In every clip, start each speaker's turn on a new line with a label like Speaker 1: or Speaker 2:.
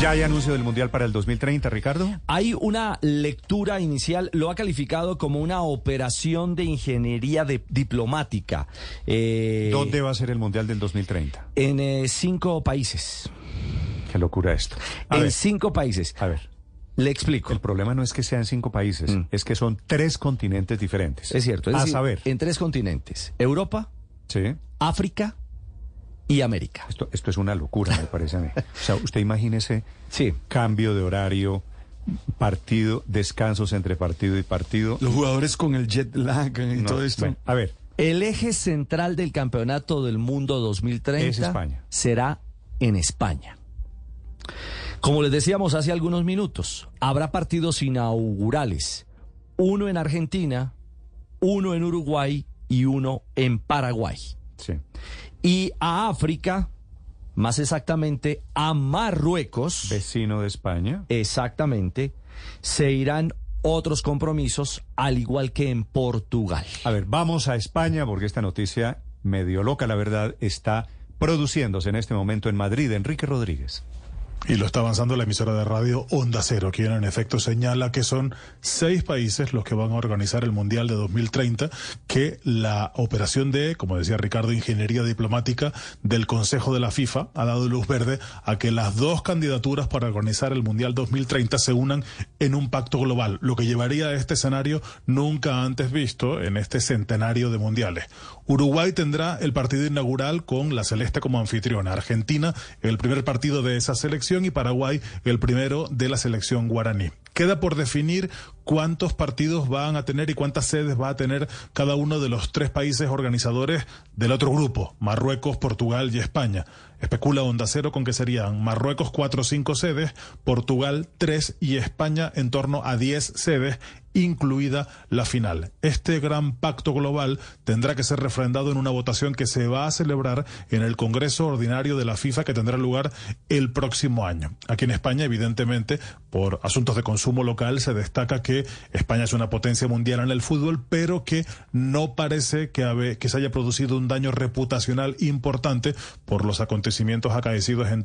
Speaker 1: Ya hay anuncio del Mundial para el 2030, Ricardo.
Speaker 2: Hay una lectura inicial, lo ha calificado como una operación de ingeniería de- diplomática. eh,
Speaker 1: ¿Dónde va a ser el Mundial del 2030?
Speaker 2: En eh, cinco países.
Speaker 1: Qué locura esto. A
Speaker 2: en
Speaker 1: ver,
Speaker 2: cinco países.
Speaker 1: a ver,
Speaker 2: Le explico.
Speaker 1: el problema no es que sean cinco países, es que son tres continentes diferentes.
Speaker 2: Es cierto. Es
Speaker 1: a
Speaker 2: decir,
Speaker 1: saber,
Speaker 2: En tres continentes. Europa,
Speaker 1: sí,
Speaker 2: África y América.
Speaker 1: esto, esto es una locura, me parece a mí. O sea, usted imagínese
Speaker 2: Sí.
Speaker 1: cambio de horario, partido, descansos entre partido y partido.
Speaker 3: Los jugadores con el jet lag y
Speaker 1: No,
Speaker 3: todo esto.
Speaker 1: bueno, a ver,
Speaker 2: El eje central del Campeonato del Mundo 2030
Speaker 1: Es España.
Speaker 2: será en España. Como les decíamos hace algunos minutos, habrá partidos inaugurales. Uno en Argentina, uno en Uruguay y uno en Paraguay.
Speaker 1: sí.
Speaker 2: Y a África, más exactamente a Marruecos,
Speaker 1: Vecino de España.
Speaker 2: exactamente, se irán otros compromisos, al igual que en Portugal.
Speaker 1: A ver, vamos a España porque esta noticia medio loca, la verdad, está produciéndose en este momento en Madrid. Enrique Rodríguez.
Speaker 3: Y lo está avanzando la emisora de radio Onda Cero, quien en efecto señala que son seis países los que van a organizar el Mundial de 2030, que la operación de, como decía Ricardo, ingeniería diplomática del Consejo de la FIFA ha dado luz verde a que las dos candidaturas para organizar el Mundial 2030 se unan en un pacto global, lo que llevaría a este escenario nunca antes visto en este centenario de mundiales. Uruguay tendrá el partido inaugural con la Celeste como anfitriona, Argentina el primer partido de esa selección y Paraguay el primero de la selección guaraní. Queda por definir cuántos partidos van a tener y cuántas sedes va a tener cada uno de los tres países organizadores del otro grupo, Marruecos, Portugal y España. Especula Onda Cero con que serían Marruecos cuatro o cinco sedes, Portugal tres y España en torno a diez sedes, incluida la final. Este gran pacto global tendrá que ser refrendado en una votación que se va a celebrar en el Congreso Ordinario de la FIFA que tendrá lugar el próximo año. Aquí en España, evidentemente, por asuntos de consumo local, se destaca que España es una potencia mundial en el fútbol, pero que no parece que, habe- que se haya producido un daño reputacional importante por los acontecimientos acaecidos en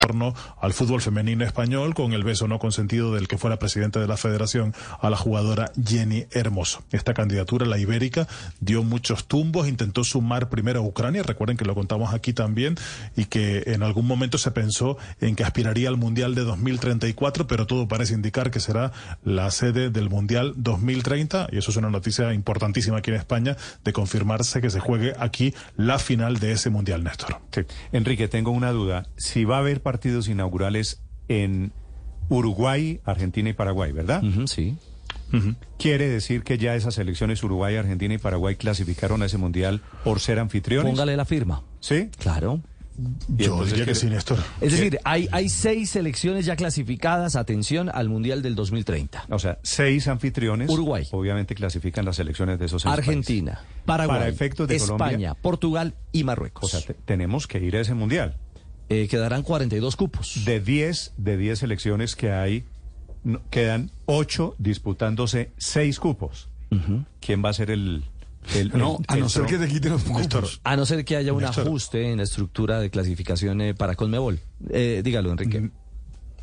Speaker 3: torno al fútbol femenino español con el beso no consentido del que fuera presidente de la federación a la jugadora Jenny Hermoso. Esta candidatura, la ibérica, dio muchos tumbos, intentó sumar primero a Ucrania, recuerden que lo contamos aquí también, y que en algún momento se pensó en que aspiraría al Mundial de 2034, pero todo parece indicar que será la sede del Mundial 2030, y eso es una noticia importantísima aquí en España, de confirmarse que se juegue aquí la final de ese Mundial, Néstor.
Speaker 1: Sí. Enrique, tengo una duda. Si va a haber partidos inaugurales en Uruguay, Argentina y Paraguay, ¿verdad?
Speaker 2: sí.
Speaker 1: ¿Quiere decir que ya esas elecciones Uruguay, Argentina y Paraguay clasificaron a ese mundial por ser anfitriones?
Speaker 2: Póngale la firma.
Speaker 1: Sí.
Speaker 2: Claro.
Speaker 1: Y
Speaker 3: Yo
Speaker 1: entonces
Speaker 3: diría que
Speaker 1: quiere-
Speaker 3: sí, Néstor.
Speaker 2: Es decir, hay, hay seis selecciones ya clasificadas, atención, al Mundial del 2030.
Speaker 1: O sea, seis anfitriones.
Speaker 2: Uruguay.
Speaker 1: Obviamente clasifican las elecciones de esos seis
Speaker 2: Argentina,
Speaker 1: países.
Speaker 2: Paraguay,
Speaker 1: Para efectos de
Speaker 2: España,
Speaker 1: Colombia.
Speaker 2: Portugal y
Speaker 1: O
Speaker 2: Marruecos.
Speaker 1: sea, te- tenemos que ir a ese mundial.
Speaker 2: Eh, quedarán 42 cupos.
Speaker 1: De 10 de 10 elecciones que hay, no- quedan 8 disputándose 6 cupos. ¿Quién va a ser el, el-
Speaker 3: No,
Speaker 1: el-
Speaker 3: a
Speaker 1: el
Speaker 3: no ser
Speaker 1: tron-
Speaker 3: que te quiten los puntos.
Speaker 2: A no ser que haya un
Speaker 3: Néstor.
Speaker 1: Mm,
Speaker 2: ajuste en la estructura de clasificación eh, para Conmebol. Eh, dígalo, Enrique.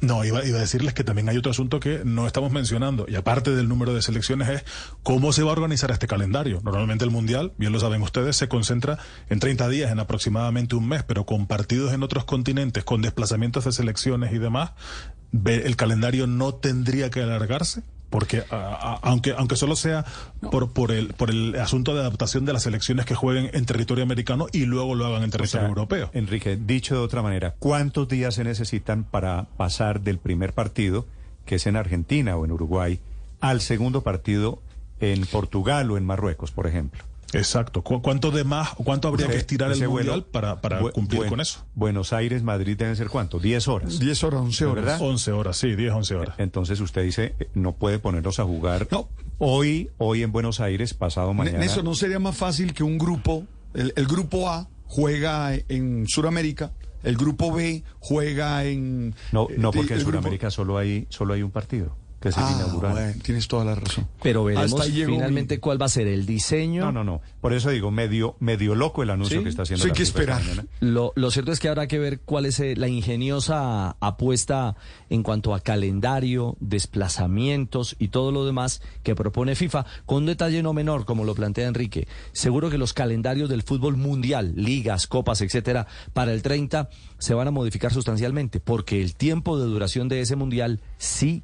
Speaker 3: No, iba, iba a decirles que también hay otro asunto que no estamos mencionando, y aparte del número de selecciones, es cómo se va a organizar este calendario. Normalmente el Mundial, bien lo saben ustedes, se concentra en 30 días, en aproximadamente un mes, pero con partidos en otros continentes, con desplazamientos de selecciones y demás, ve- el calendario no tendría que alargarse. Porque a- a- aunque aunque solo sea por por el por el asunto de adaptación de las selecciones que jueguen en territorio americano y luego lo hagan en
Speaker 1: O sea,
Speaker 3: territorio europeo.
Speaker 1: Enrique, dicho de otra manera, ¿cuántos días se necesitan para pasar del primer partido, que es en Argentina o en Uruguay, al segundo partido en Portugal o en Marruecos, por ejemplo?
Speaker 3: Exacto. ¿Cu- ¿Cuánto de más o cuánto habría que
Speaker 1: Ese-
Speaker 3: estirar el
Speaker 1: ese vuelo,
Speaker 3: mundial para, para
Speaker 1: bu-
Speaker 3: cumplir
Speaker 1: buen-
Speaker 3: con eso?
Speaker 1: Buenos Aires, Madrid deben ser cuánto? 10 horas.
Speaker 4: 10 horas, 11 horas.
Speaker 1: ¿Verdad?
Speaker 3: 11 horas, sí, 10, 11 horas.
Speaker 1: Entonces usted dice, eh, no puede ponerlos a jugar
Speaker 4: No.
Speaker 1: hoy, hoy en Buenos Aires, pasado
Speaker 4: Ne-
Speaker 1: mañana.
Speaker 4: Néstor, ¿no sería más fácil que un grupo, el, el grupo A juega en Sudamérica, el grupo B juega en...
Speaker 1: no, no,
Speaker 4: eh,
Speaker 1: porque en
Speaker 4: el grupo-
Speaker 1: Sudamérica solo hay solo hay un partido, que es el
Speaker 4: Ah,
Speaker 1: inaugural.
Speaker 4: bueno, tienes toda la razón.
Speaker 2: Pero
Speaker 4: Hasta
Speaker 2: veremos
Speaker 4: ahí llegó mi-
Speaker 2: finalmente cuál va a ser el diseño.
Speaker 1: No, no, no. Por eso digo, medio, medio loco el anuncio
Speaker 4: Sí,
Speaker 1: que está haciendo.
Speaker 4: sí,
Speaker 1: la
Speaker 4: hay que
Speaker 1: FIFA esta
Speaker 4: esperar.
Speaker 1: mañana.
Speaker 2: Lo, lo cierto es que habrá que ver cuál es eh, la ingeniosa apuesta en cuanto a calendario, desplazamientos y todo lo demás que propone FIFA, con un detalle no menor, como lo plantea Enrique. Seguro que los calendarios del fútbol mundial, ligas, copas, etcétera, para el 30 se van a modificar sustancialmente, porque el tiempo de duración de ese mundial sí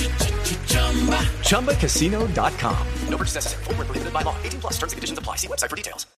Speaker 5: ChumbaCasino.com. No purchase necessary. Void where prohibited by law. 18 plus terms and conditions apply. See website for details.